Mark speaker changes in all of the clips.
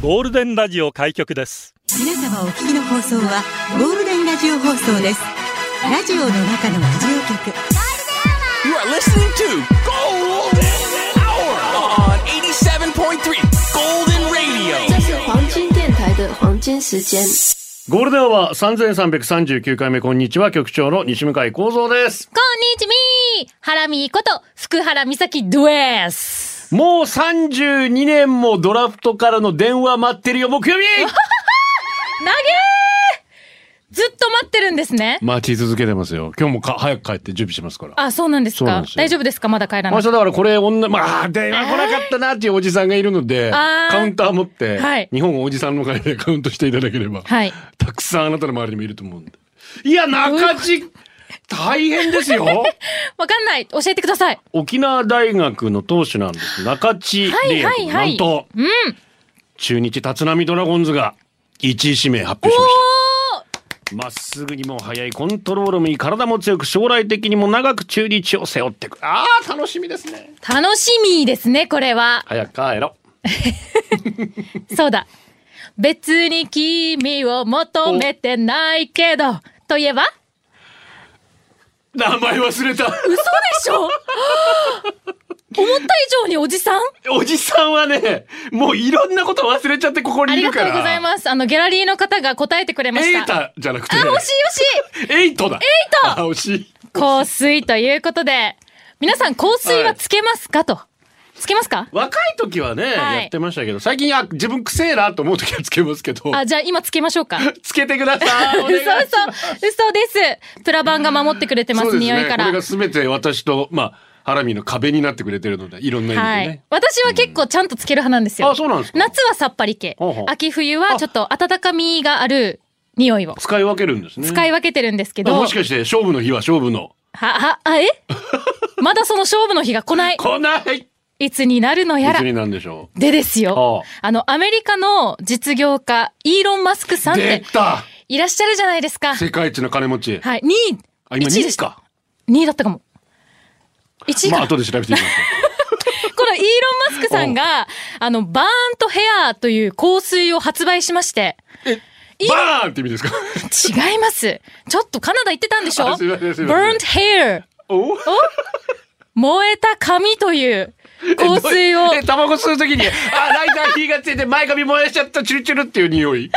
Speaker 1: ゴールデンラジオ開局です
Speaker 2: 皆様お聞きの放送はゴールデンラジオ放送ですラジオの中のラジオ局
Speaker 3: You are listening to Golden Hour on 87.3 Golden Radio.
Speaker 4: 这是黄金电台的黄金时间。
Speaker 5: ゴールデンは三千三百三十九回目こんにちは局長の西向井光三です。
Speaker 6: こんにちみハラミこと、福原美咲ドゥエス。
Speaker 5: もう三十二年もドラフトからの電話待ってるよ 木曜日。
Speaker 6: 投げーずっと待ってるんですね。
Speaker 5: 待ち続けてますよ。今日もか早く帰って準備しますから。
Speaker 6: あ、そうなんです
Speaker 5: そうなん
Speaker 6: か
Speaker 5: ですよ
Speaker 6: 大丈夫ですかまだ帰らな
Speaker 5: まあ
Speaker 6: い。
Speaker 5: そうだからこれ女まあ電話来なかったなっていうおじさんがいるので
Speaker 6: あー
Speaker 5: カウンター持って、
Speaker 6: はい
Speaker 5: 日本おじさんの会でカウントしていただければ、
Speaker 6: はい。
Speaker 5: たくさんあなたの周りにもいると思うんで。いや中地大変ですよ。
Speaker 6: わかんない。教えてください。
Speaker 5: 沖縄大学の投手なんです中地理也君、
Speaker 6: はいはいはい
Speaker 5: なんと、中日立浪ドラゴンズが1位指名発表しまし
Speaker 6: おー
Speaker 5: たまっすぐにも速いコントロールもいい体も強く将来的にも長く中日を背負ってくるあー楽しみですね
Speaker 6: 楽しみですね、これは。
Speaker 5: 早く帰ろ
Speaker 6: そうだ。別に君を求めてないけど、といえば
Speaker 5: 名前忘れた
Speaker 6: 嘘で しょ思った以上におじさん
Speaker 5: おじさんはねもういろんなこと忘れちゃってここ
Speaker 6: あ
Speaker 5: にい
Speaker 6: り
Speaker 5: る
Speaker 6: が
Speaker 5: か
Speaker 6: と
Speaker 5: ら
Speaker 6: うございます。あの、ギャラリーの方が答えてくれまし
Speaker 5: エ
Speaker 6: た。
Speaker 5: イタじゃなくて
Speaker 6: あ、惜しい惜しい
Speaker 5: エイトだエ
Speaker 6: イト
Speaker 5: あ惜しい
Speaker 6: 香水ということで、皆さん香水はつけますかと。つけますか
Speaker 5: 若い時はね、
Speaker 6: はい
Speaker 5: やってましたけど最近あ自分くせえなと思う時はつけますけど
Speaker 6: あ、じゃあ今つけましょ うか。嘘
Speaker 5: つけてください。お願い
Speaker 6: 嘘
Speaker 5: します。
Speaker 6: 嘘です。プラバンが守ってくれてま
Speaker 5: そう
Speaker 6: す、
Speaker 5: です
Speaker 6: 匂い
Speaker 5: ね。
Speaker 6: か
Speaker 5: これが
Speaker 6: ら。
Speaker 5: すべて私と、まあ、ハラミの壁になってくれてるので、いろんな意
Speaker 6: は
Speaker 5: 味で
Speaker 6: い
Speaker 5: ね。。
Speaker 6: 私は結構ちゃんとつける派なんですよ。
Speaker 5: あ、そうなんですか。
Speaker 6: 夏はさっぱり系
Speaker 5: ほうほう。
Speaker 6: 秋冬はちょっと温かみがある匂いを
Speaker 5: 使い分けるんですね。
Speaker 6: 使い分けてるんですけど。
Speaker 5: あ
Speaker 6: は
Speaker 5: もしかして、勝負の日は勝負の。、
Speaker 6: は、あ、え まだその勝負の日が来ない。
Speaker 5: 来ない。
Speaker 6: いつになるのやら
Speaker 5: 別。になんでしょ
Speaker 6: でですよ。
Speaker 5: あ
Speaker 6: あの、アメリカの実業家、イーロン・マスクさ
Speaker 5: う。
Speaker 6: んっ
Speaker 5: 出
Speaker 6: て
Speaker 5: た。
Speaker 6: いらっしゃるじゃないですか。
Speaker 5: 世界一の金持ち。
Speaker 6: はい。2位。
Speaker 5: あ、今
Speaker 6: 1
Speaker 5: 2
Speaker 6: 位で
Speaker 5: 位
Speaker 6: した。
Speaker 5: か。
Speaker 6: 2位だったかも。1位か
Speaker 5: まあ、後で調べてみます。
Speaker 6: このイーロン・マスクさんが、あの、バーンとヘアという香水を発売しまして、
Speaker 5: バーンって意味ですか。
Speaker 6: 違います。ちょっとカナダ行ってたんでしょ
Speaker 5: あすいませんすいません
Speaker 6: ?Burnt Hair。
Speaker 5: お
Speaker 6: お燃えた髪という香水を、
Speaker 5: え、タバコ吸うときに、あ、ライター火がついて前髪燃やしちゃった、チュルチュルっていう匂い。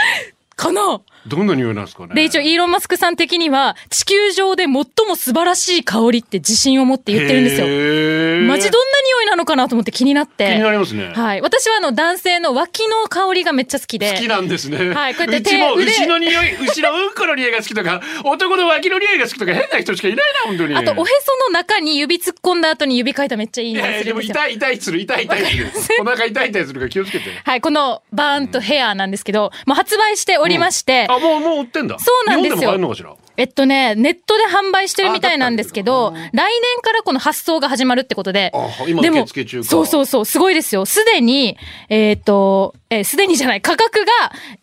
Speaker 6: この、
Speaker 5: どんな匂いなんですかね。
Speaker 6: で、一応、イーロン・マスクさん的には、地球上で最も素晴らしい香りって自信を持って言ってるんですよ。
Speaker 5: よ
Speaker 6: マジどんな匂いなのかなと思って気になって。
Speaker 5: 気になりますね。
Speaker 6: はい。私はあの男性の脇の香りがめっちゃ好きで。
Speaker 5: 好きなんですね。
Speaker 6: はいこうやって
Speaker 5: うちも
Speaker 6: 手腕
Speaker 5: 牛の匂い、牛のうんこの匂いが好きとか、 男の脇の匂いが好きとか、変な人しかいないな、本当に。
Speaker 6: あと、おへその中に指突っ込んだ後に指かいたらめっちゃいい
Speaker 5: い
Speaker 6: 匂い
Speaker 5: やいや
Speaker 6: す
Speaker 5: で
Speaker 6: るん
Speaker 5: も
Speaker 6: ですよ。
Speaker 5: 痛い、痛いする、痛い、痛いする。お腹痛い、痛いするから気をつけて。
Speaker 6: はい。このバーンとヘアなんですけど、もう発売しておりまして、
Speaker 5: あ、もう、もう売ってんだ。
Speaker 6: そうなんですよ
Speaker 5: 日本でも買えるのかし
Speaker 6: えっとね、ネットで販売してるみたいなんですけど、来年からこの発送が始まるってことで
Speaker 5: あ、今
Speaker 6: で
Speaker 5: 受
Speaker 6: も
Speaker 5: 付中か。。
Speaker 6: そうそううそう、すごいですよ。すでに、えっ、と、えーすでにじゃない、価格が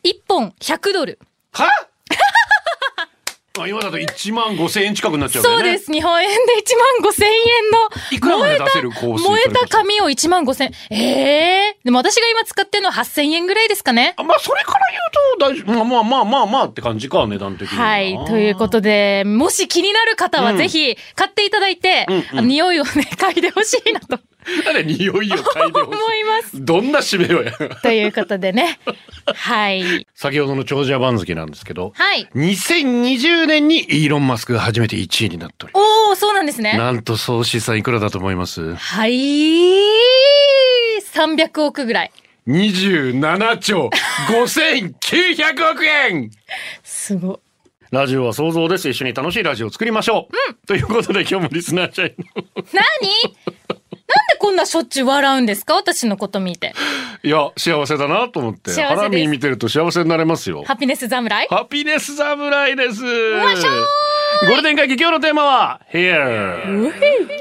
Speaker 6: 1本100ドル。
Speaker 5: は あ今だと1万5千円近くになっちゃうんだ
Speaker 6: そう
Speaker 5: よね。
Speaker 6: です。日本円で1万5千
Speaker 5: い
Speaker 6: 円
Speaker 5: くら
Speaker 6: の
Speaker 5: ま
Speaker 6: 燃
Speaker 5: で出
Speaker 6: えた
Speaker 5: せる香水
Speaker 6: 燃え
Speaker 5: それこ
Speaker 6: た
Speaker 5: そ
Speaker 6: 紙を1万5千円。ええでも私が今使ってるのは8千円ぐらいですかね。
Speaker 5: あまあ、それから言うと、大丈夫。まあまあまあまあまあって感じか、値段的には。
Speaker 6: はい。ということで、もし気になる方
Speaker 5: う
Speaker 6: は
Speaker 5: ん
Speaker 6: ぜひ買っていただいて、
Speaker 5: うんうん
Speaker 6: あの匂いをね、 嗅いでほしいなと
Speaker 5: なんで匂いを嗅いで
Speaker 6: 思
Speaker 5: ほし
Speaker 6: いま す。
Speaker 5: い。どんな締めようや。
Speaker 6: ということでね。はい。
Speaker 5: 先ほどの長者番付なんですけど、
Speaker 6: はい。
Speaker 5: 2020年にイーロン・マスクが初めて1位になっておりま
Speaker 6: おー、そうなんです
Speaker 5: す。
Speaker 6: ね。
Speaker 5: なんと総資産いくらだと思います
Speaker 6: はい。300億ぐらい。
Speaker 5: ?27 兆5900億円
Speaker 6: すご。
Speaker 5: ラジオは想像です。一緒に楽しいラジオを作りましょう。ということで今日もリスナー社員の。
Speaker 6: 何 なんでこんなしょっちゅう笑うんですか私のこと見て。
Speaker 5: いや、幸せだなと思って。
Speaker 6: 幸せです
Speaker 5: ハラミ見てると幸せになれますよ。
Speaker 6: ハピネス侍
Speaker 5: ハピネス侍です。
Speaker 6: しょー
Speaker 5: ゴールデン会議今日のテーマは Hair。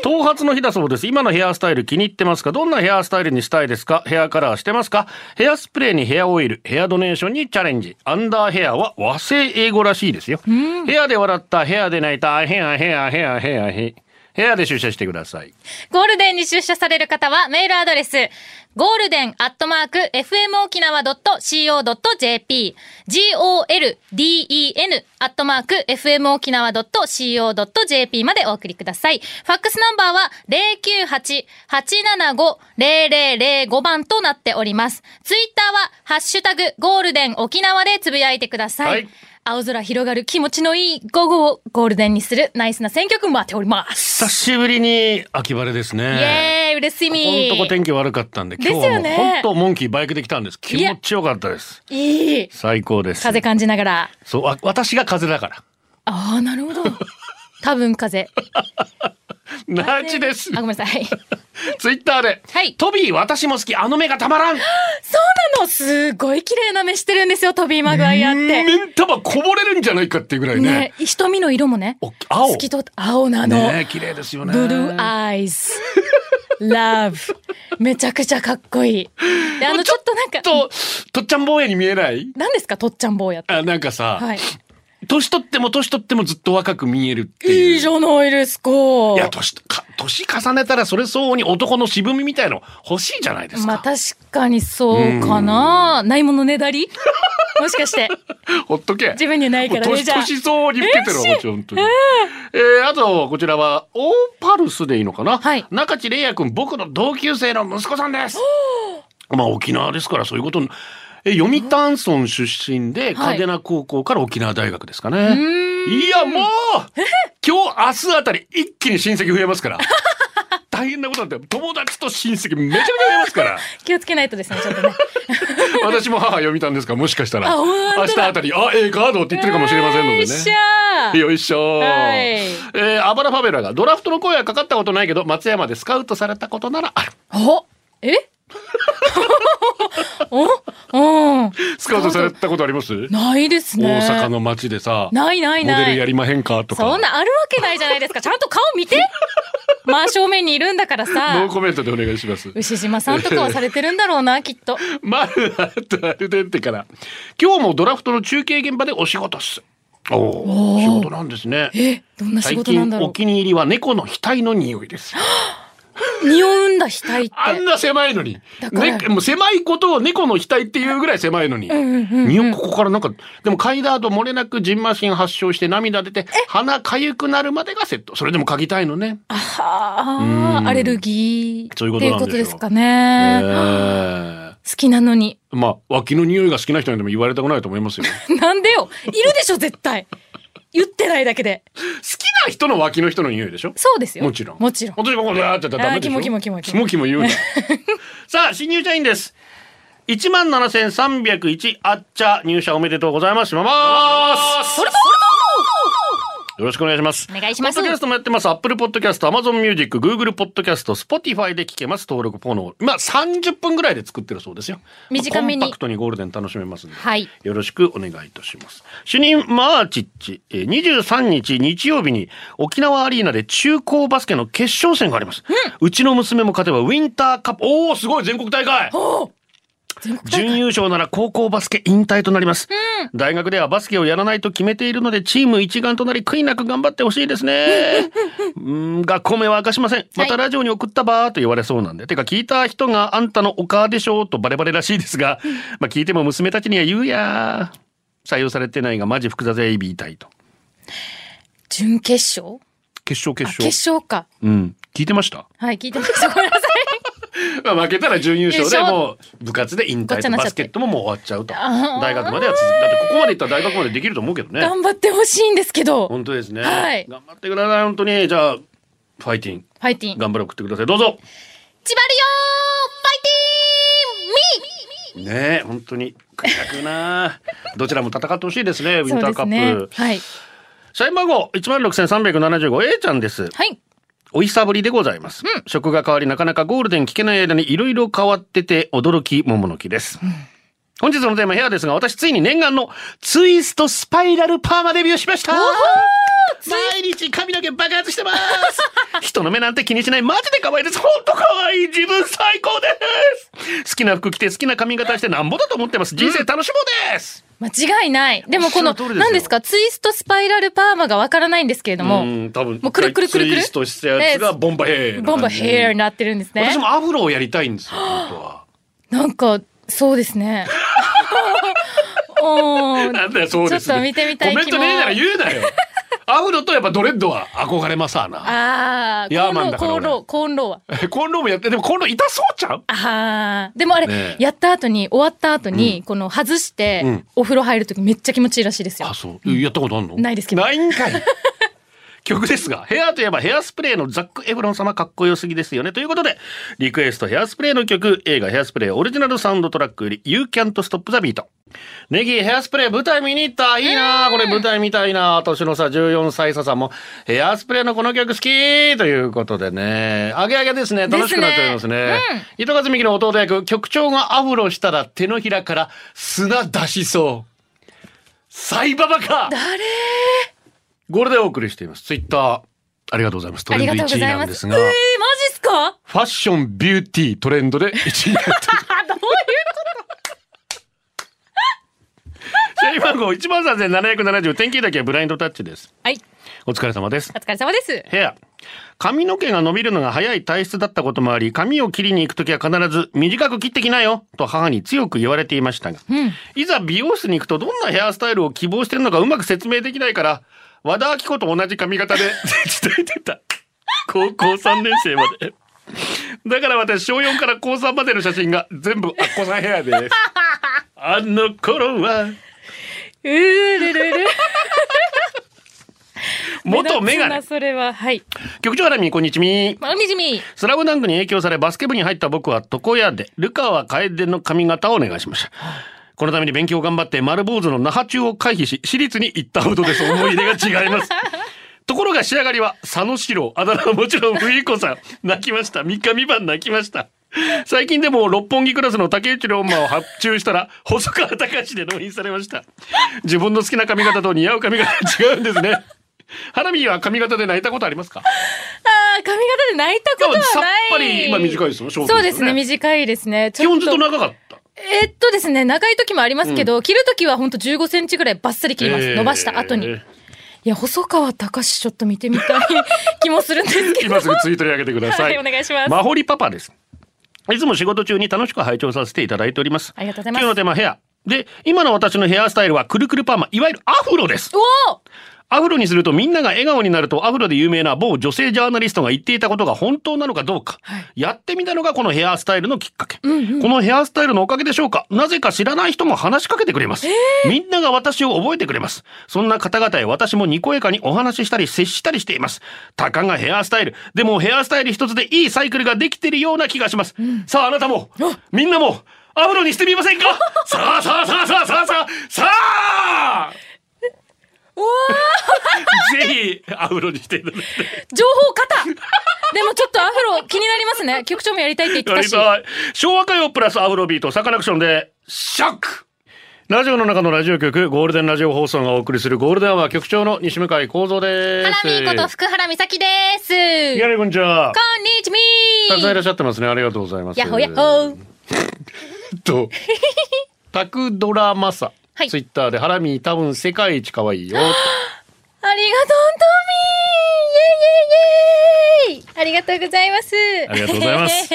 Speaker 5: 頭髪の日だそうです。今のヘアスタイル気に入ってますかどんなヘアスタイルにしたいですかヘアカラーしてますかヘアスプレーにヘアオイル、ヘアドネーションにチャレンジ。アンダーヘアは和製英語らしいですよ。ヘアで笑った、ヘアで泣いた、ヘアヘアヘアヘアヘアヘア。部屋で出社してください。
Speaker 6: ゴールデンに出社される方はメールアドレス、ゴールデンアットマーク、fmokinawa.co.jp、golden アットマーク、fmokinawa.co.jp までお送りください。ファックスナンバーは098-875-0005番となっております。ツイッターは、ハッシュタグ、ゴールデン沖縄でつぶやいてください。
Speaker 5: はい
Speaker 6: 青空広がる気持ちのいい午後をゴールデンにするナイスな選曲待っております。
Speaker 5: 久しぶりに秋晴れです
Speaker 6: イ
Speaker 5: ね。
Speaker 6: エーイ嬉しみ
Speaker 5: ここのとこ天気悪かったんで、今日はもう
Speaker 6: ですよね
Speaker 5: 本当モンキーバイクで来たんです。気持ちよかったです。
Speaker 6: いい
Speaker 5: 最高です。
Speaker 6: 風感じながら。
Speaker 5: そう、わ私が風だから。
Speaker 6: ああ、なるほ ど。多分風。
Speaker 5: ナーチです
Speaker 6: あ、。ごめんなさい。そう
Speaker 5: ツイッターで、
Speaker 6: はい
Speaker 5: トビー私も好き、あの目がたまらん。
Speaker 6: なのすごい綺麗な目してるんですよ、トビー・マグワイアって。
Speaker 5: 目ん玉こぼれるんじゃないかっていうぐらいね。
Speaker 6: ね、瞳の色もね
Speaker 5: お、青
Speaker 6: 透き通って青なの。
Speaker 5: ねえ綺麗ですよね。
Speaker 6: ブルーア イズ。ラブ。めちゃくちゃかっこいい。で、あの、ちょっとなんか、
Speaker 5: と、とっちゃん坊やに見えない
Speaker 6: 何ですか、とっちゃん坊やって。
Speaker 5: あ、なんかさ、
Speaker 6: はい。
Speaker 5: 年取っても年取ってもずっと若く見えるっていう。
Speaker 6: いいじゃないですか。
Speaker 5: いや、年、か年重ねたらそれ相応に男の渋みみたいの欲しいじゃないですか。
Speaker 6: まあ確かにそうかな。ないものねだり もしかして。
Speaker 5: ほっとけ。
Speaker 6: 自分にないからね
Speaker 5: もう年
Speaker 6: じゃあ
Speaker 5: 年相応に老けてるわ、こっち本当に。えー、あと、こちらは、オーパルスでいいのかな
Speaker 6: はい
Speaker 5: 中地玲也くん、僕の同級生の息子さんです。まあ、沖縄ですから、そういうことに。え、読谷村出身で、
Speaker 6: は
Speaker 5: 嘉
Speaker 6: い
Speaker 5: 手納高校から沖縄大学ですかね。いや、もう今日、明日あたり、一気に親戚増えます から。大変なことなんて、友達と親戚めちゃめちゃ増えます から。
Speaker 6: 気をつけないとですね、ちょっとね。
Speaker 5: 私も母読みたんですから、もしかしたら。
Speaker 6: あ本当だ
Speaker 5: 明日あたり、あ、ええガードって言ってるかもしれませんので
Speaker 6: よ
Speaker 5: ね
Speaker 6: っ。しゃー
Speaker 5: よいしょー。
Speaker 6: はい
Speaker 5: えーアバラファベラが、ドラフトの声はかかったことないけど、松山でスカウトされたことならある。
Speaker 6: おえ おうん。
Speaker 5: スカウトされたことあります
Speaker 6: ないですね。
Speaker 5: 大阪の街でさ、
Speaker 6: ないないない
Speaker 5: モデルやりまへんかとか。
Speaker 6: そんなあるわけないじゃないですか。ちゃんと顔見て真正面にいるんだから
Speaker 5: ノ
Speaker 6: さ
Speaker 5: ー。コメントでお願いします。
Speaker 6: 牛島さんとかはされてるんだろうな、きっと。
Speaker 5: まるあとアルデンテから。今日もドラフトの中継現場でお仕事っす。おお、仕事なんですね。
Speaker 6: え、どんな仕
Speaker 5: 最
Speaker 6: 事な
Speaker 5: 近
Speaker 6: んだ
Speaker 5: お
Speaker 6: ろ
Speaker 5: 気に入りは猫の額の匂いです。
Speaker 6: う。匂うんだ、額って。
Speaker 5: あんな狭いのに。
Speaker 6: だから
Speaker 5: ね、もう狭いことを猫の額っていうぐらい狭いのに。匂いここからなんか、でも嗅いだ後漏れなくジンマシン発症して涙出て、鼻痒くなるまでがセット。それでも嗅ぎたいのね。
Speaker 6: ああ、アレルギー。
Speaker 5: そういうことなんでしょう
Speaker 6: っていですか
Speaker 5: え
Speaker 6: ね。
Speaker 5: ー
Speaker 6: 好きなのに。
Speaker 5: まあ、脇の匂いが好きな人にでも言われたくないと思いますよ。好
Speaker 6: なんでよいるでしょ、絶対。言ってないだけで。
Speaker 5: きな人の脇の人の匂いでしょ
Speaker 6: そうですよ。
Speaker 5: もちろん。
Speaker 6: もちろん。
Speaker 5: 私がこうやってやったらダメでしょ。
Speaker 6: あーキモキモキモ
Speaker 5: キ
Speaker 6: キモ
Speaker 5: モキモ言うな。さあ、新入社員です。一万七千三百一あっちゃ入社おめでとうございます。します。よろしくお願いします。
Speaker 6: お願いします
Speaker 5: ポッドキャストもやってます。アップルポッドキャスト、アマゾンミュージック、グーグルポッドキャスト、スポティファイで聞けます。登録フォロー。今30分ぐらいで作ってるそうですよ。
Speaker 6: 短めに
Speaker 5: コンパクトにゴールデン楽しめますんで。
Speaker 6: はい
Speaker 5: よろしくお願いいたします。主任マーチッチ、えー23日日曜日に沖縄アリーナで中高バスケの決勝戦があります。うちの娘も勝てばウィンターカップ、おおすごい全国大会
Speaker 6: 全国大
Speaker 5: 準
Speaker 6: 会。
Speaker 5: 優勝なら高校バスケ引退となります、大学ではバスケをやらないと決めているのでチーム一丸となり悔いなく頑張ってほしいです ねうん学校名は明かしませんまたラジオに送ったばーと言われそうなんで、てか聞いた人があんたのお母でしょとバレバレらしいですが、まあ聞いても娘たちには言うや採用されてないがマジ複雑やエビ痛いと
Speaker 6: 準決勝
Speaker 5: 決勝決
Speaker 6: あ、決
Speaker 5: 勝
Speaker 6: 勝か。
Speaker 5: うん聞いてました、
Speaker 6: はい、聞いてました。ごめん なさい。
Speaker 5: まあ、負けたら準優勝で
Speaker 6: 優勝
Speaker 5: もう部活で引
Speaker 6: ごっ
Speaker 5: 退
Speaker 6: ちゃ
Speaker 5: とバ
Speaker 6: になっちゃっ
Speaker 5: ス
Speaker 6: て
Speaker 5: ケットももう終わっちゃうと
Speaker 6: あー
Speaker 5: 大学までは続くだってここまでいったら大学までできると思うけどね
Speaker 6: 頑張ってほしいんですけど。フ
Speaker 5: 本当ですね、
Speaker 6: はい
Speaker 5: 頑張ってください本当にじゃあファイティン
Speaker 6: ァイティン。
Speaker 5: 頑張れ送ってくださいどうぞ
Speaker 6: ちばるよーファイティンミー
Speaker 5: ねえ本当に悔やくなどちらも戦ってほしいですねウィンターカップ、
Speaker 6: そうですね。はい。
Speaker 5: 社員番号16,375 A ちゃんです
Speaker 6: はい。
Speaker 5: お久ぶりでございます、職が変わりなかなかゴールデン聞けない間にいろいろ変わってて驚き桃の木です、本日のテーマヘアですが私ついに念願のツイストスパイラルパーマデビューしました
Speaker 6: おー
Speaker 5: 毎日髪の毛爆発してます 人の目なんて気にしないマジで可愛いですほんと可愛い自分最高です好きな服着て好きな髪型してなんぼだと思ってます人生楽しもうです、
Speaker 6: 間違いない。でもこの、
Speaker 5: おっしゃる通りですよ
Speaker 6: 何ですか、ツイストスパイラルパーマがわからないんですけれど
Speaker 5: もう
Speaker 6: も、
Speaker 5: 多分
Speaker 6: もうくるくるくるくる
Speaker 5: ツイストしたやつがボンバヘアな感じ
Speaker 6: ボンバヘアになってるんですね
Speaker 5: 私。もアフロをやりたいんですよ本当は
Speaker 6: なんか、そうです ね。おー
Speaker 5: なんだよそうです、ね、
Speaker 6: ちょっと見てみたい気
Speaker 5: コ
Speaker 6: も
Speaker 5: メントねえなら言うな よアフロとやっぱドレッドは憧れますわな
Speaker 6: ああ、
Speaker 5: ヤ
Speaker 6: コ
Speaker 5: ー
Speaker 6: ン
Speaker 5: マン
Speaker 6: ロ
Speaker 5: だ
Speaker 6: ー、
Speaker 5: から
Speaker 6: コ
Speaker 5: 俺
Speaker 6: ンロー、コンローは。
Speaker 5: コンローもやってでもコンロー痛そうちゃう
Speaker 6: ああ、でもあれ、
Speaker 5: ねえ
Speaker 6: やった後に、終わった後に、この外して、
Speaker 5: うん
Speaker 6: お風呂入るときめっちゃ気持ちいいらしいですよ
Speaker 5: あ。そうやったことあんの
Speaker 6: ないですけど
Speaker 5: ないんかい 曲ですがヘアといえばヘアスプレーのザック・エブロン様かっこよすぎですよねということでリクエストヘアスプレーの曲映画ヘアスプレーオリジナルサウンドトラックより You Can't Stop the Beat ネギヘアスプレー舞台見に行ったいいなあこれ舞台見たいなあ年の差14歳差さんもヘアスプレーのこの曲好きということでねあげあげですね楽しくなっておりますね糸数美紀の弟役局長がアフロしたら手のひらから砂出しそうサイババか
Speaker 6: 誰
Speaker 5: ゴールデンをお送りしています。ツイッター、ありがとうございます。ト
Speaker 6: あ
Speaker 5: レ
Speaker 6: り
Speaker 5: ンド
Speaker 6: がとうご
Speaker 5: 1位
Speaker 6: ざい
Speaker 5: な
Speaker 6: ま。
Speaker 5: んですす
Speaker 6: えー、
Speaker 5: が
Speaker 6: マジ、っすか
Speaker 5: ファッション、ビューティー、トレンドで1位になってる。
Speaker 6: あ、どういう
Speaker 5: 社員番号13,770、天気だけはブラインドタッチです。
Speaker 6: はい、
Speaker 5: お疲れ様です
Speaker 6: お。疲れ様です。
Speaker 5: ヘア。髪の毛が伸びるのが早い体質だったこともあり、髪を切りに行くときは必ず短く切ってきなよと母に強く言われていましたが、いざ美容室に行くとどんなヘアスタイルを希望してるのかうまく説明できないから、和田アキ子と同じ髪型で 伝えてた。高校3年生まで。だから私、小4から高3までの写真が全部アッコさんヘア です。あの頃は、
Speaker 6: うーるるる。
Speaker 5: 元メガ
Speaker 6: 目
Speaker 5: ネ
Speaker 6: 立つ。なそれは、はい。
Speaker 5: 局長ハラミ、こんにちみ。
Speaker 6: まあ、おにじみ。
Speaker 5: スラムダンクに影響されバスケ部に入った僕は床屋で、ルカは楓の髪型をお願いしました。このために勉強を頑張って丸坊主の那覇中を回避し、私立に行ったほどです。思い出が違い ます。ところが仕上がりは、佐野史郎、あだ名はもちろん冬彦さん、泣きました。三日三晩泣きました。最近でも六本木クラスの竹内涼真を発注したら、細川隆で納品されました。自分の好きな髪型と似合う髪型が違うんですね。花見は髪型で泣いたことありますか
Speaker 6: ああ、髪型で泣いたことはない。
Speaker 5: さっぱり 今短いですよショートですよね
Speaker 6: そうですね、短いですね。ち
Speaker 5: 基
Speaker 6: ょ
Speaker 5: 本
Speaker 6: っと
Speaker 5: ずっと長かった。
Speaker 6: えっとですね、長い時もありますけど、切る時はほんと15センチぐらいバッサリ切ります。
Speaker 5: えー
Speaker 6: 伸ばした後に。いや、細川隆史ちょっと見てみたい 気もするんですけど。
Speaker 5: 今すぐツイートに上げてください。
Speaker 6: はいお願いします
Speaker 5: マホリパパです。いつも仕事中に楽しく拝聴させていただいております。
Speaker 6: ありがとうございます
Speaker 5: 今日のテーマヘア。で、今の私のヘアスタイルはくるくるパーマ、いわゆるアフロです。
Speaker 6: おお
Speaker 5: アフロにするとみんなが笑顔になるとアフロで有名な某女性ジャーナリストが言っていたことが本当なのかどうか、やってみたのがこのヘアスタイルのきっかけ、このヘアスタイルのおかげでしょうかなぜか知らない人も話しかけてくれます、みんなが私を覚えてくれますそんな方々へ私もにこやかにお話ししたり接したりしていますたかがヘアスタイルでもヘアスタイル一つでいいサイクルができてるような気がします、さああなたもみんなもアフロにしてみませんかさあさあさあさあさあさあさあ
Speaker 6: おお
Speaker 5: ぜひアフロにしていただきたい
Speaker 6: 情報型でもちょっとアフロ気になりますね。局長もやりたいって言
Speaker 5: や
Speaker 6: って
Speaker 5: り
Speaker 6: たし。
Speaker 5: たい。昭和歌謡プラスアフロビート、サカナクションで、ショックラジオの中のラジオ局、ゴールデンラジオ放送がお送りするゴールデンは局長の西向井幸三です。
Speaker 6: ハラミこと福原美咲です。
Speaker 5: いやね、こんにちは。
Speaker 6: こんにちみ
Speaker 5: たくさんいらっしゃってますね。ありがとうございます。
Speaker 6: やっほやっほー。
Speaker 5: えっと、タクドラマサ。
Speaker 6: はい
Speaker 5: ツイッターで、ハラミ多分世界一可愛いよ。
Speaker 6: ありがとう、トミーイェイイェイイェイありがとうございます。
Speaker 5: ありがとうござい ます。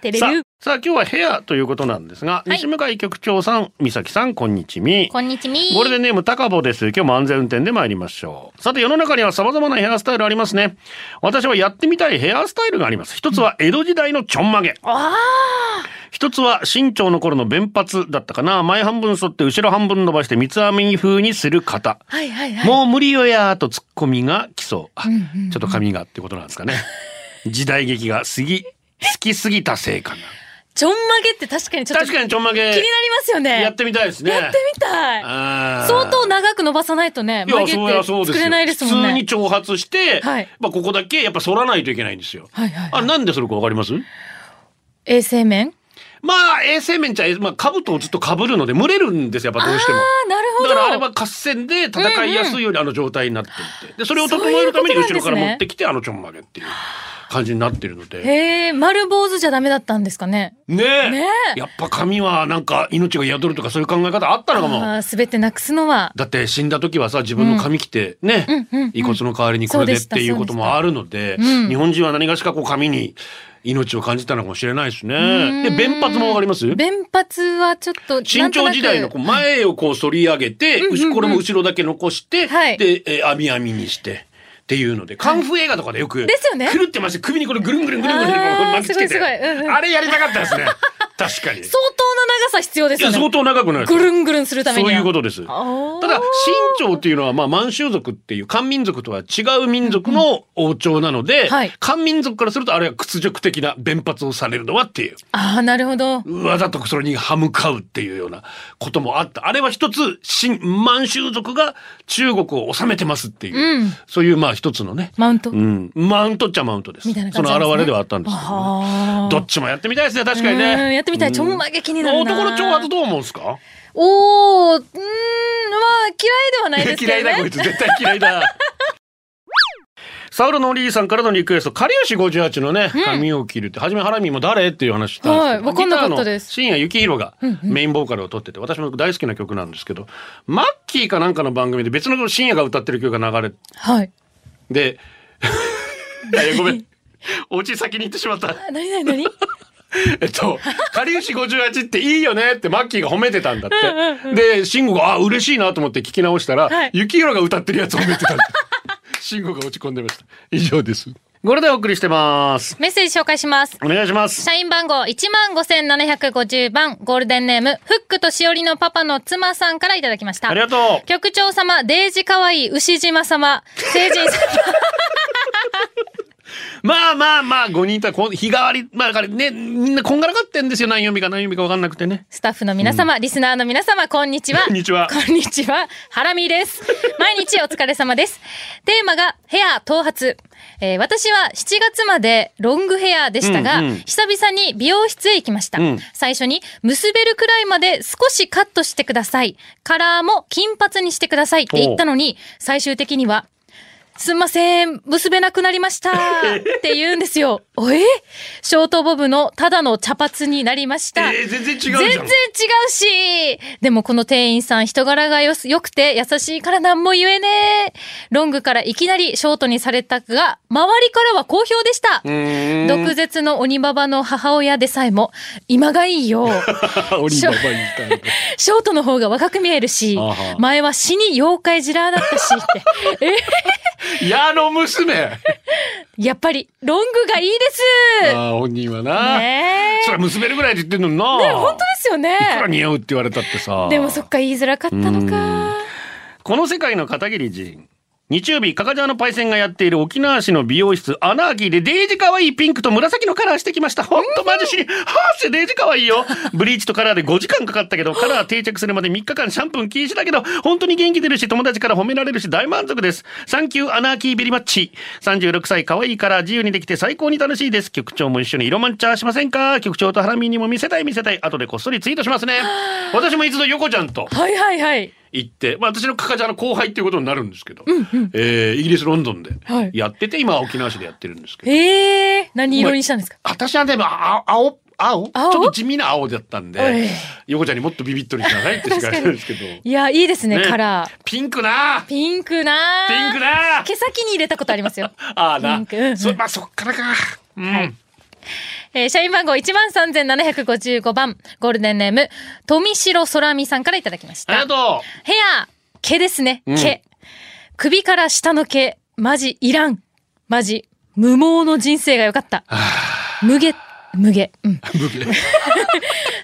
Speaker 6: てれ
Speaker 5: さあ
Speaker 6: る。、
Speaker 5: さあ今日はヘアということなんですが、
Speaker 6: い
Speaker 5: 西向井局長さん、美咲さん、こんにちみ。
Speaker 6: こんにちみ
Speaker 5: ゴールデンネーム高坊です。今日も安全運転で参りましょう。さて世の中には様々なヘアスタイルありますね。私はやってみたいヘアスタイルがあります。一つは江戸時代のちょんまげ。
Speaker 6: あ
Speaker 5: 一つは新潮の頃の弁髪だったかな。前半分剃って後ろ半分伸ばして三つ編み風にする方。
Speaker 6: あはいはいはい。
Speaker 5: もう無理よやーとツッコミが来そう。あ、ちょっと髪がってことなんですかね。時代劇が過ぎ、好きすぎたせいかな。
Speaker 6: ちょんまげって確かにちょっと
Speaker 5: 確
Speaker 6: 気に
Speaker 5: かにちょんまげ。
Speaker 6: なりますよね。
Speaker 5: やってみたいですね。
Speaker 6: やってみたい。
Speaker 5: あー
Speaker 6: 相当長く伸ばさないとね、
Speaker 5: いや
Speaker 6: 曲げ
Speaker 5: そりゃそうで
Speaker 6: て作
Speaker 5: すよ
Speaker 6: れないですもん
Speaker 5: 普通に
Speaker 6: ね。
Speaker 5: 挑発して、
Speaker 6: はい
Speaker 5: まあここだけやっぱ反らないといけないんですよ。
Speaker 6: はいはいはい
Speaker 5: あなんでそれかわかります？
Speaker 6: 衛生面
Speaker 5: まあ衛生面ちゃ、まあ、兜をずっと被るので蒸れるんですよやっぱどうしても
Speaker 6: ああ、なるほ
Speaker 5: だ
Speaker 6: ど。
Speaker 5: からあれは合戦で戦いやすいようにあの状態になっていてでそれを整えるために
Speaker 6: そうい
Speaker 5: 後
Speaker 6: うことなんですね
Speaker 5: ろから持ってきてあのちょんまげっていう感じになってるので
Speaker 6: へえ、丸坊主じゃダメだったんですかね。
Speaker 5: ねえ
Speaker 6: ねえ
Speaker 5: やっぱ髪はなんか命が宿るとかそういう考え方あったのかも
Speaker 6: ああ、すべてなくすのは。
Speaker 5: だって死んだ時はさ自分の髪切ってね、
Speaker 6: うんうん
Speaker 5: 遺骨の代わりにこれでっていうこともあるので
Speaker 6: そうでしたうん
Speaker 5: 日本人は何がしかこう髪に命を感じたのかもしれないですね。で
Speaker 6: うん
Speaker 5: 弁髪もわかります
Speaker 6: 弁髪はちょっと、
Speaker 5: 新潮時代のこう前をこう反り上げて、うしこれも後ろだけ残して、
Speaker 6: はい
Speaker 5: で、えー網網にして。っていうので、カンフー映画とかでよく、
Speaker 6: ですよね
Speaker 5: 狂ってまして、首にこれぐるんぐるんぐるんぐるんこう
Speaker 6: あー
Speaker 5: 巻きつけ
Speaker 6: す
Speaker 5: て。
Speaker 6: ごいすごいうんうん
Speaker 5: あれやりたかったですね。確かに。
Speaker 6: 相当な長さ必要です
Speaker 5: い
Speaker 6: よ
Speaker 5: や、
Speaker 6: ね。
Speaker 5: 相当長くないです
Speaker 6: ぐ
Speaker 5: か
Speaker 6: るんぐるんするために
Speaker 5: そう
Speaker 6: は。
Speaker 5: いうことです。
Speaker 6: あー
Speaker 5: ただ、清朝っていうのは、まあ、満州族っていう漢民族とは違う民族の王朝なので、
Speaker 6: はい
Speaker 5: 漢民族からすると、あれは屈辱的な弁髪をされるのはっていう、
Speaker 6: ああ、なるほど。
Speaker 5: わざとそれに歯向かうっていうようなこともあった。あれは一つ、新満州族が中国を治めてますっていう、
Speaker 6: うん
Speaker 5: そういうまあ一つのね、
Speaker 6: マウント。
Speaker 5: うん、マウントっちゃマウントです。
Speaker 6: みたいな
Speaker 5: そ
Speaker 6: 感じ
Speaker 5: の
Speaker 6: なんで
Speaker 5: 現れ
Speaker 6: すね
Speaker 5: ではあったんですけどね、
Speaker 6: ああ。
Speaker 5: どっちもやってみたいですね、確かに
Speaker 6: うーん
Speaker 5: ね。
Speaker 6: やってみたい。ちょんまげ気になるな。
Speaker 5: 男の挑発どう思うんですか
Speaker 6: おお、うーん、まあ、嫌いではないですけど
Speaker 5: 嫌
Speaker 6: ね。
Speaker 5: いだこいつ絶対嫌いだ サウルのおリーさんからのリクエスト「有吉58」のね髪を切るって初めハラミも誰っていう話したんですけど、
Speaker 6: はいわかんなかったです
Speaker 5: ギターの深夜幸宏がメインボーカルを取ってて私の大好きな曲なんですけどマッキーかなんかの番組で別の深夜が歌ってる曲が流れ
Speaker 6: はい。
Speaker 5: で いやいやごめん お家先に行ってしまった
Speaker 6: あなになに なに
Speaker 5: えっと、有吉58っていいよねってマッキーが褒めてたんだって。で、慎吾が、あ、嬉しいなと思って聞き直したら、
Speaker 6: はい
Speaker 5: 雪色が歌ってるやつ褒めてたんだ。 慎吾が落ち込んでました。以上です。これでお送りしてます。
Speaker 6: メッセージ紹介します。
Speaker 5: お願いします。
Speaker 6: 社員番号15,750番、ゴールデンネーム、フックとしおりのパパの妻さんからいただきました。
Speaker 5: ありがとう。
Speaker 6: 局長様、デージかわいい牛島様、成人様。
Speaker 5: まあまあまあ、5人いたらこう日替わり、まあだからね、みんなこんがらがってんですよ。何曜日か何曜日か分かんなくてね。
Speaker 6: スタッフの皆様、リスナーの皆様、こんにちは。
Speaker 5: こんにちは
Speaker 6: こんにちは。ハラ ミです。毎日お疲れ様です。テーマがヘア、頭髪。えー私は7月までロングヘアでしたが、
Speaker 5: うんうん
Speaker 6: 久々に美容室へ行きました。
Speaker 5: うん
Speaker 6: 最初に結べるくらいまで少しカットしてください。カラーも金髪にしてくださいって言ったのに、最終的には、すんません、結べなくなりましたって言うんで すよ。おえショートボブのただの茶髪になりました。
Speaker 5: えー全然違うじゃん
Speaker 6: 全然違うしでもこの店員さん人柄がよす良くて優しいから何も言えねえロングからいきなりショートにされたが、周りからは好評でした
Speaker 5: ーん
Speaker 6: 毒舌の鬼ババの母親でさえも、今がい いよ
Speaker 5: オリンババ言ったんだ
Speaker 6: ショート の方が若く見えるし
Speaker 5: あは、
Speaker 6: 前は死に妖怪ジラーだったし って。え
Speaker 5: 矢の娘。
Speaker 6: やっぱり、ロングがいいです
Speaker 5: ああ、本人はな。
Speaker 6: ねえ
Speaker 5: それは結べるぐらいって言ってんのにな。ね
Speaker 6: 本当ですよ
Speaker 5: いくら
Speaker 6: ね
Speaker 5: 似合うって言われたってさ。
Speaker 6: でもそっか言いづらかったのか。
Speaker 5: この世界の片桐仁。日曜日、カカジャーのパイセンがやっている沖縄市の美容室、アナーキーでデージ可愛いピンクと紫のカラーしてきました。ほんとマジシに。ハーセデージ可愛いよ。ブリーチとカラーで5時間かかったけど、カラー定着するまで3日間シャンプー禁止だけど、本当に元気出るし、友達から褒められるし、大満足です。サンキューアナーキーベリマッチ。36歳可愛いカラー自由にできて最高に楽しいです。局長も一緒に色マンチャーしませんか局長とハラミーにも見せたい見せたい。後でこっそりツイートしますね。私も一度横ちゃんと。
Speaker 6: はいはいはい。
Speaker 5: 行って、まあ、私のカカジャの後輩っていうことになるんですけど、えーイギリス・ロンドンで
Speaker 6: はい
Speaker 5: やってて、今は沖縄市でやってるんですけど、
Speaker 6: ええ何色にしたんですか
Speaker 5: 私はでもあ青青
Speaker 6: 青
Speaker 5: ちょっと地味な青だったん
Speaker 6: おい
Speaker 5: で横ちゃんにもっとビビッとにしなさいって叱られるんですけど、
Speaker 6: いや、いいですね、
Speaker 5: ね
Speaker 6: カラー。
Speaker 5: ピンクなピ
Speaker 6: ピンクなー
Speaker 5: ンクな
Speaker 6: 毛先に入れたことありますよ。
Speaker 5: ああな
Speaker 6: ピンクうんうん
Speaker 5: そ,、まあ、そっからか、うん
Speaker 6: えー社員番号13,755番、ゴールデンネーム、富城空美さんからいただきまし
Speaker 5: あり
Speaker 6: た。
Speaker 5: がと
Speaker 6: ヘア、毛ですね、毛。
Speaker 5: ん
Speaker 6: 首から下の毛、マジいらん。マジ、無毛の人生が良かった。無毛、無毛。うん。
Speaker 5: う無理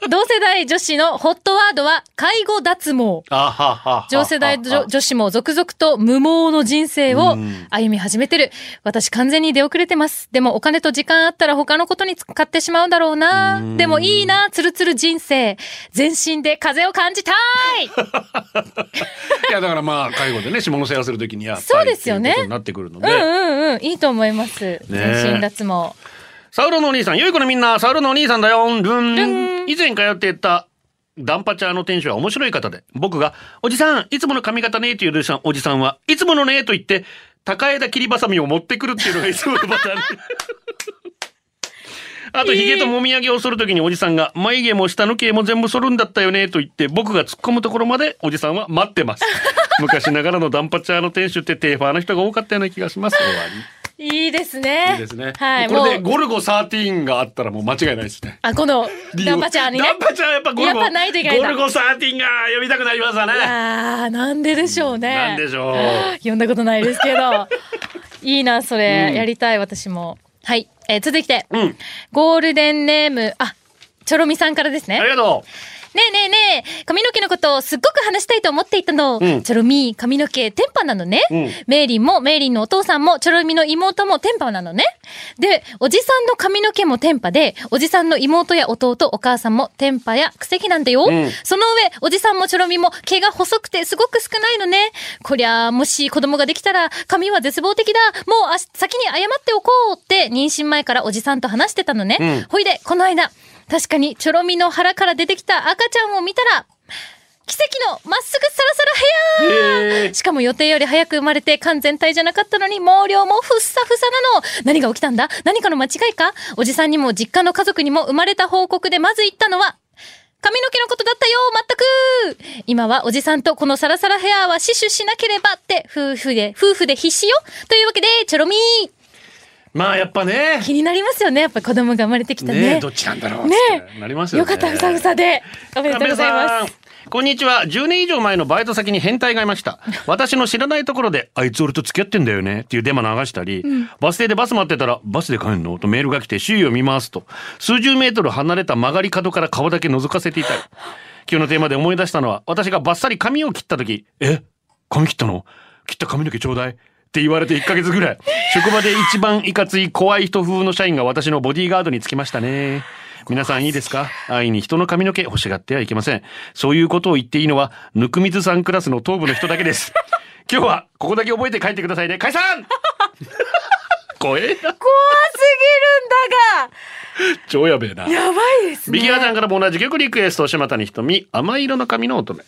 Speaker 6: 同世代女子のホットワードは、介護脱毛。
Speaker 5: あはは
Speaker 6: 上世代女女子も続々と無毛の人生を歩み始めてる。私完全に出遅れてます。でもお金と時間あったら他のことに使ってしまうんだろうな。でもいいな、つるつる人生。全身で風を感じた い
Speaker 5: いやだからまあ介護でね下の世話するときにやっぱり
Speaker 6: そうですよね
Speaker 5: っていうことになってくるの
Speaker 6: う
Speaker 5: で、
Speaker 6: んうんうん、いいと思います。
Speaker 5: ねえ
Speaker 6: 全身脱毛。
Speaker 5: サウロのお兄さん、良い子のみんな、サウロのお兄さんだよ。ルン
Speaker 6: ルン
Speaker 5: 以前通っていた、ダンパチャーの店主は面白い方で、僕が、おじさん、いつもの髪型ねえというおじさんは、いつものねえと言って、高枝切りばさみを持ってくるっていう のがいつものパターン。あと、ヒゲともみあげを剃るときにおじさんが、眉毛も下の毛も全部剃るんだったよね、と言って、僕が突っ込むところまでおじさんは待って ます。昔ながらのダンパチャーの店主ってテーファーの人が多かったような気がします。終わり。
Speaker 6: いいですね。
Speaker 5: いいですね。
Speaker 6: はい、
Speaker 5: もう
Speaker 6: も
Speaker 5: こ
Speaker 6: う
Speaker 5: れで。ゴルゴ13があったらもう間違いないですね。
Speaker 6: あ、この、
Speaker 5: 理由
Speaker 6: ダンパチャーにね。
Speaker 5: ダンパチャーやっぱゴルゴ。
Speaker 6: やっぱないといけないん
Speaker 5: ゴ
Speaker 6: だ
Speaker 5: ルゴ13が読みたくなりますわね。
Speaker 6: ああ、なんででしょうね。
Speaker 5: なんでしょう。
Speaker 6: 読んだことないですけど。 いいな、それ。やりたい、私も。はい。えー続いて、
Speaker 5: うん。
Speaker 6: ゴールデンネーム、あ、チョロミさんからですね。
Speaker 5: あ
Speaker 6: ね
Speaker 5: りがと
Speaker 6: えねえねえ、髪の毛のことをすっごく話したいと思っていたの。
Speaker 5: うん
Speaker 6: チョロミ、髪の毛、天パなのね。
Speaker 5: うん
Speaker 6: メイリンも、メイリンのお父さんも、チョロミの妹も天パなのね。で、おじさんの髪の毛も天パで、おじさんの妹や弟、お母さんも天パやクセキなんだよ。
Speaker 5: ん
Speaker 6: その上、おじさんもチョロミも毛が細くてすごく少ないのね。こりゃあ、もし子供ができたら、髪は絶望的だ。もうあ先に謝っておこうって、妊娠前からおじさんと話してたのね。
Speaker 5: うん
Speaker 6: ほいで、この間、確かにチョロミの腹から出てきた赤ちゃんを見たら、奇跡のまっすぐサラサラヘ
Speaker 5: う。
Speaker 6: ア
Speaker 5: えー
Speaker 6: しかも予定より早く生まれて完全体じゃなかったのに毛量もふっさふさなの何が起きたんだ何かの間違いかおじさんにも実家の家族にも生まれた報告でまず言ったのは髪の毛のことだったよ全く今はおじさんとこのサラサラヘアは死守しなければって夫婦で夫婦で必死よというわけでチョロミー
Speaker 5: まあやっぱね。
Speaker 6: 気になりますよねやっぱ子供が生まれてきた
Speaker 5: ね
Speaker 6: ね
Speaker 5: えどっちなんだろう。
Speaker 6: ね
Speaker 5: ってなりますよ
Speaker 6: よ
Speaker 5: ね。
Speaker 6: かったふさふさでおめでとうございます
Speaker 5: す。こんにちは。10年以上前のバイト先に変態がいま した。私の知らないところで、あいつ俺と付き合ってんだよねっていうデマ流したり、バス停でバス待ってたら、バスで帰んのとメールが来て周囲を見回すと、数十メートル離れた曲がり角から顔だけ覗かせていたり、今日のテーマで思い出したのは、私がバッサリ髪を切った時、え髪切ったの切った髪の毛ちょうだいって言われて1ヶ月ぐらい。職場で一番いかつい怖い人風の社員が私のボディーガードにつきましたね。皆さんいいですか安易に人の髪の毛欲しがってはいけません。そういうことを言っていいのは、ぬくみずさんクラスの頭部の人だけです。今日はここだけ覚えて帰ってくださいね。解散 怖えな。
Speaker 6: 怖す
Speaker 5: 超やべえな。
Speaker 6: ぎるんだがやばいです
Speaker 5: ビギアちゃんからも同じ曲リクエスト島谷ひとみ甘い色の髪の乙女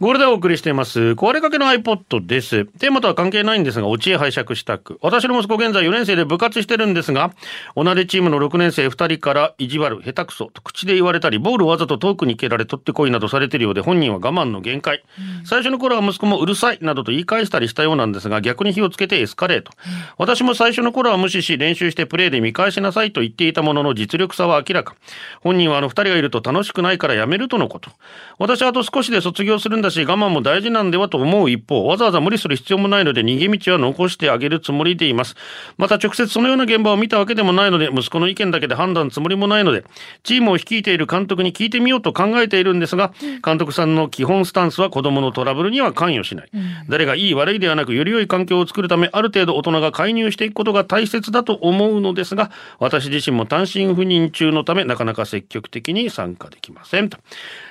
Speaker 5: ゴールでお送りしています壊れかけの iPod ですテーマとは関係ないんですがお知恵拝借したく私の息子現在4年生で部活してるんですが同じチームの6年生2人から意地悪下手くそと口で言われたりボールをわざと遠くに蹴られ取ってこいなどされてるようで本人は我慢の限界、最初の頃は息子もうるさいなどと言い返したりしたようなんですが逆に火をつけてエスカレート、私も最初の頃は無視し練習してプレーで見返しなさいと言っていたものの実力差は明らか本人はあの2人がいると楽しくないからやめるとのこと私はあと少しで卒業するんだし我慢も大事なんではと思う一方わざわざ無理する必要もないので逃げ道は残してあげるつもりでいますまた直接そのような現場を見たわけでもないので息子の意見だけで判断つもりもないのでチームを率いている監督に聞いてみようと考えているんですが監督さんの基本スタンスは子供のトラブルには関与しない、誰がいい悪いではなくより良い環境を作るためある程度大人が介入していくことが大切だと思うのですが私自身も単身赴任中のためなかなか積極的に参加できませんと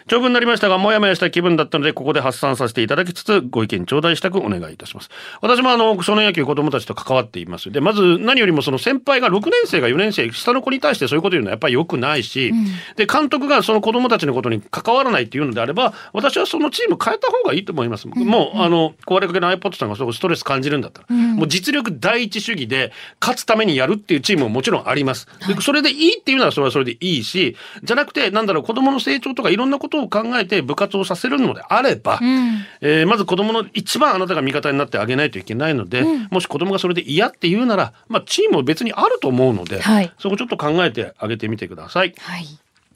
Speaker 5: 長文になりましたがもやもやした気分だったのでここで発散させていただきつつご意見頂戴したくお願いいたします私もあの少年野球子どもたちと関わっていますでまず何よりもその先輩が6年生が4年生下の子に対してそういうこと言うのはやっぱり良くないし、で監督がその子どもたちのことに関わらないっていうのであれば私はそのチーム変えた方がいいと思います、もうあの壊れかけの iPod さんがすごくストレス感じるんだったら、もう実力第一主義で勝つためにやるっていうチームももちろんあります、でそれでいいっていうならそれはそれでいいしじゃなくてなんだろう子どもの成長とかいろんなことを考えて部活をさせるのであれば、
Speaker 6: ん
Speaker 5: えーまず子どもの一番あなたが味方になってあげないといけないので、もし子どもがそれで嫌って言うなら、まあ、チームは別にあると思うので、
Speaker 6: はい
Speaker 5: そこちょっと考えてあげてみてください。
Speaker 6: はい。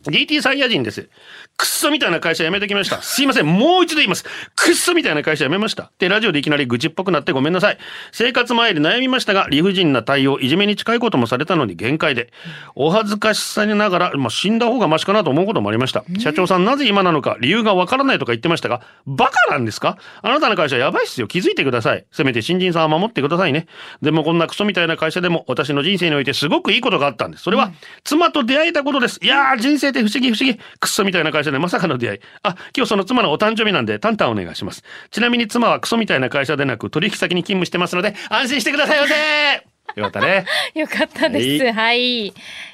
Speaker 5: DT サイヤ人です。くっそみたいな会社辞めてきました。すいません。もう一度言います。くっそみたいな会社辞めました。で、ラジオでいきなり愚痴っぽくなってごめんなさい。生活前で悩みましたが、理不尽な対応、いじめに近いこともされたのに限界で、お恥ずかしさにながら、まあ、死んだ方がマシかなと思うこともありました。社長さん、なぜ今なのか、理由がわからないとか言ってましたが、バカなんですかあなたの会社やばいっすよ。気づいてください。せめて新人さんは守ってくださいね。でもこんなクソみたいな会社でも私の人生においてすごくいいことがあったんです。それは妻と出会えたことです。いやー、人生って不思議不思議。クソみたいな会社でまさかの出会い。あ、今日その妻のお誕生日なんでタンタンお願いします。ちなみに妻はクソみたいな会社でなく取引先に勤務してますので安心してくださいませよかったね。
Speaker 6: よかったです。
Speaker 5: は
Speaker 6: はい。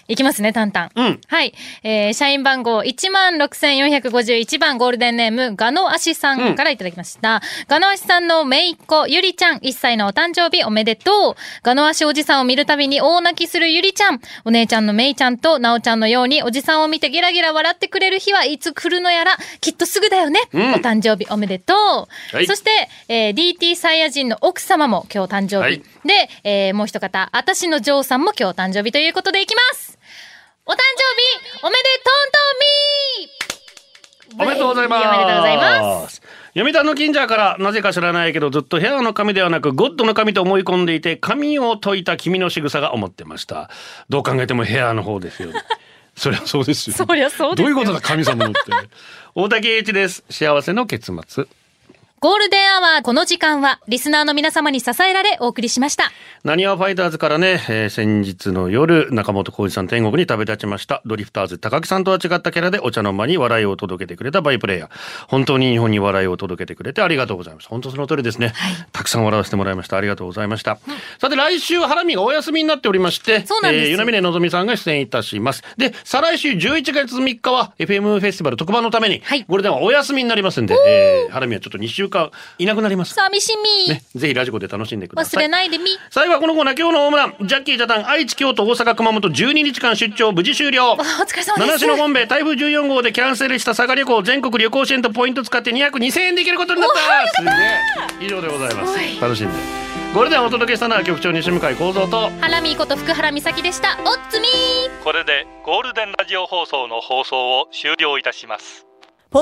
Speaker 6: い、きますね、タンタン。
Speaker 5: うん
Speaker 6: はい。えー、社員番号16,451番ゴールデンネーム、ガノアシさんからいただきました。ガノアシさんの姪っ子、ゆりちゃん、1歳のお誕生日おめでとう。ガノアシおじさんを見るたびに大泣きするゆりちゃん。お姉ちゃんのめいちゃんとなおちゃんのようにおじさんを見てゲラゲラ笑ってくれる日はいつ来るのやら、きっとすぐだよね。
Speaker 5: うん
Speaker 6: お誕生日おめでとう。
Speaker 5: はい
Speaker 6: そして、えー DT サイヤ人の奥様も今日誕生日。誕生日
Speaker 5: はい
Speaker 6: で、えーもう一方、あたしのジョーさんも今日誕生日ということでいきますお誕生日おめでとんとんみー
Speaker 5: おめでとうございます。
Speaker 6: おめでとうございます。
Speaker 5: 読谷の近所からなぜか知らないけどずっとヘアの神ではなくゴッドの神と思い込んでいて神を解いた君の仕草が思ってました。どう考えてもヘアの方ですよね。 そりゃそうですよ。
Speaker 6: そりゃそうです
Speaker 5: ど
Speaker 6: よ
Speaker 5: ういうことだ神様のって。大竹栄一です。幸せの結末。
Speaker 6: ゴールデンアワーこの時間は、リスナーの皆様に支えられお送りしました。
Speaker 5: なにわファイターズからね、えー先日の夜、中本浩二さん天国に旅立ちました。ドリフターズ高木さんとは違ったキャラでお茶の間に笑いを届けてくれたバイプレイヤー。本当に日本に笑いを届けてくれてありがとうございました。本当その通りですね。たくさん笑わせてもらいました。ありがとうございました。さて来週はハラミがお休みになっておりまして、
Speaker 6: そうなんです
Speaker 5: えー、ゆなみねのぞみさんが出演いたします。で、再来週11月3日は FM フェスティバル特番のために、
Speaker 6: はい
Speaker 5: ゴールデンはお休みになりますんで、えー、ハラミはちょっと2週間いなくなります。
Speaker 6: 寂しみー、
Speaker 5: ね、ぜひラジコで楽しんでくださ
Speaker 6: 忘
Speaker 5: い。
Speaker 6: れないでみー
Speaker 5: 最後はこのコーナー今日のホームランジャッキージャタン愛知京都大阪熊本12日間出張無事終了
Speaker 6: お疲れ様
Speaker 5: 七
Speaker 6: です
Speaker 5: 種の本兵衛台風14号でキャンセルした佐賀旅行全国旅行支援とポイント使って2 0 0 2000円できることになったすげえ以上でございます楽しんでゴールデンをお届けしたのは局長西向井幸三と
Speaker 6: ハラミーこと福原美咲でした。おっつみー
Speaker 1: これでゴールデンラジオ放送の放送を終了いたします
Speaker 7: ポ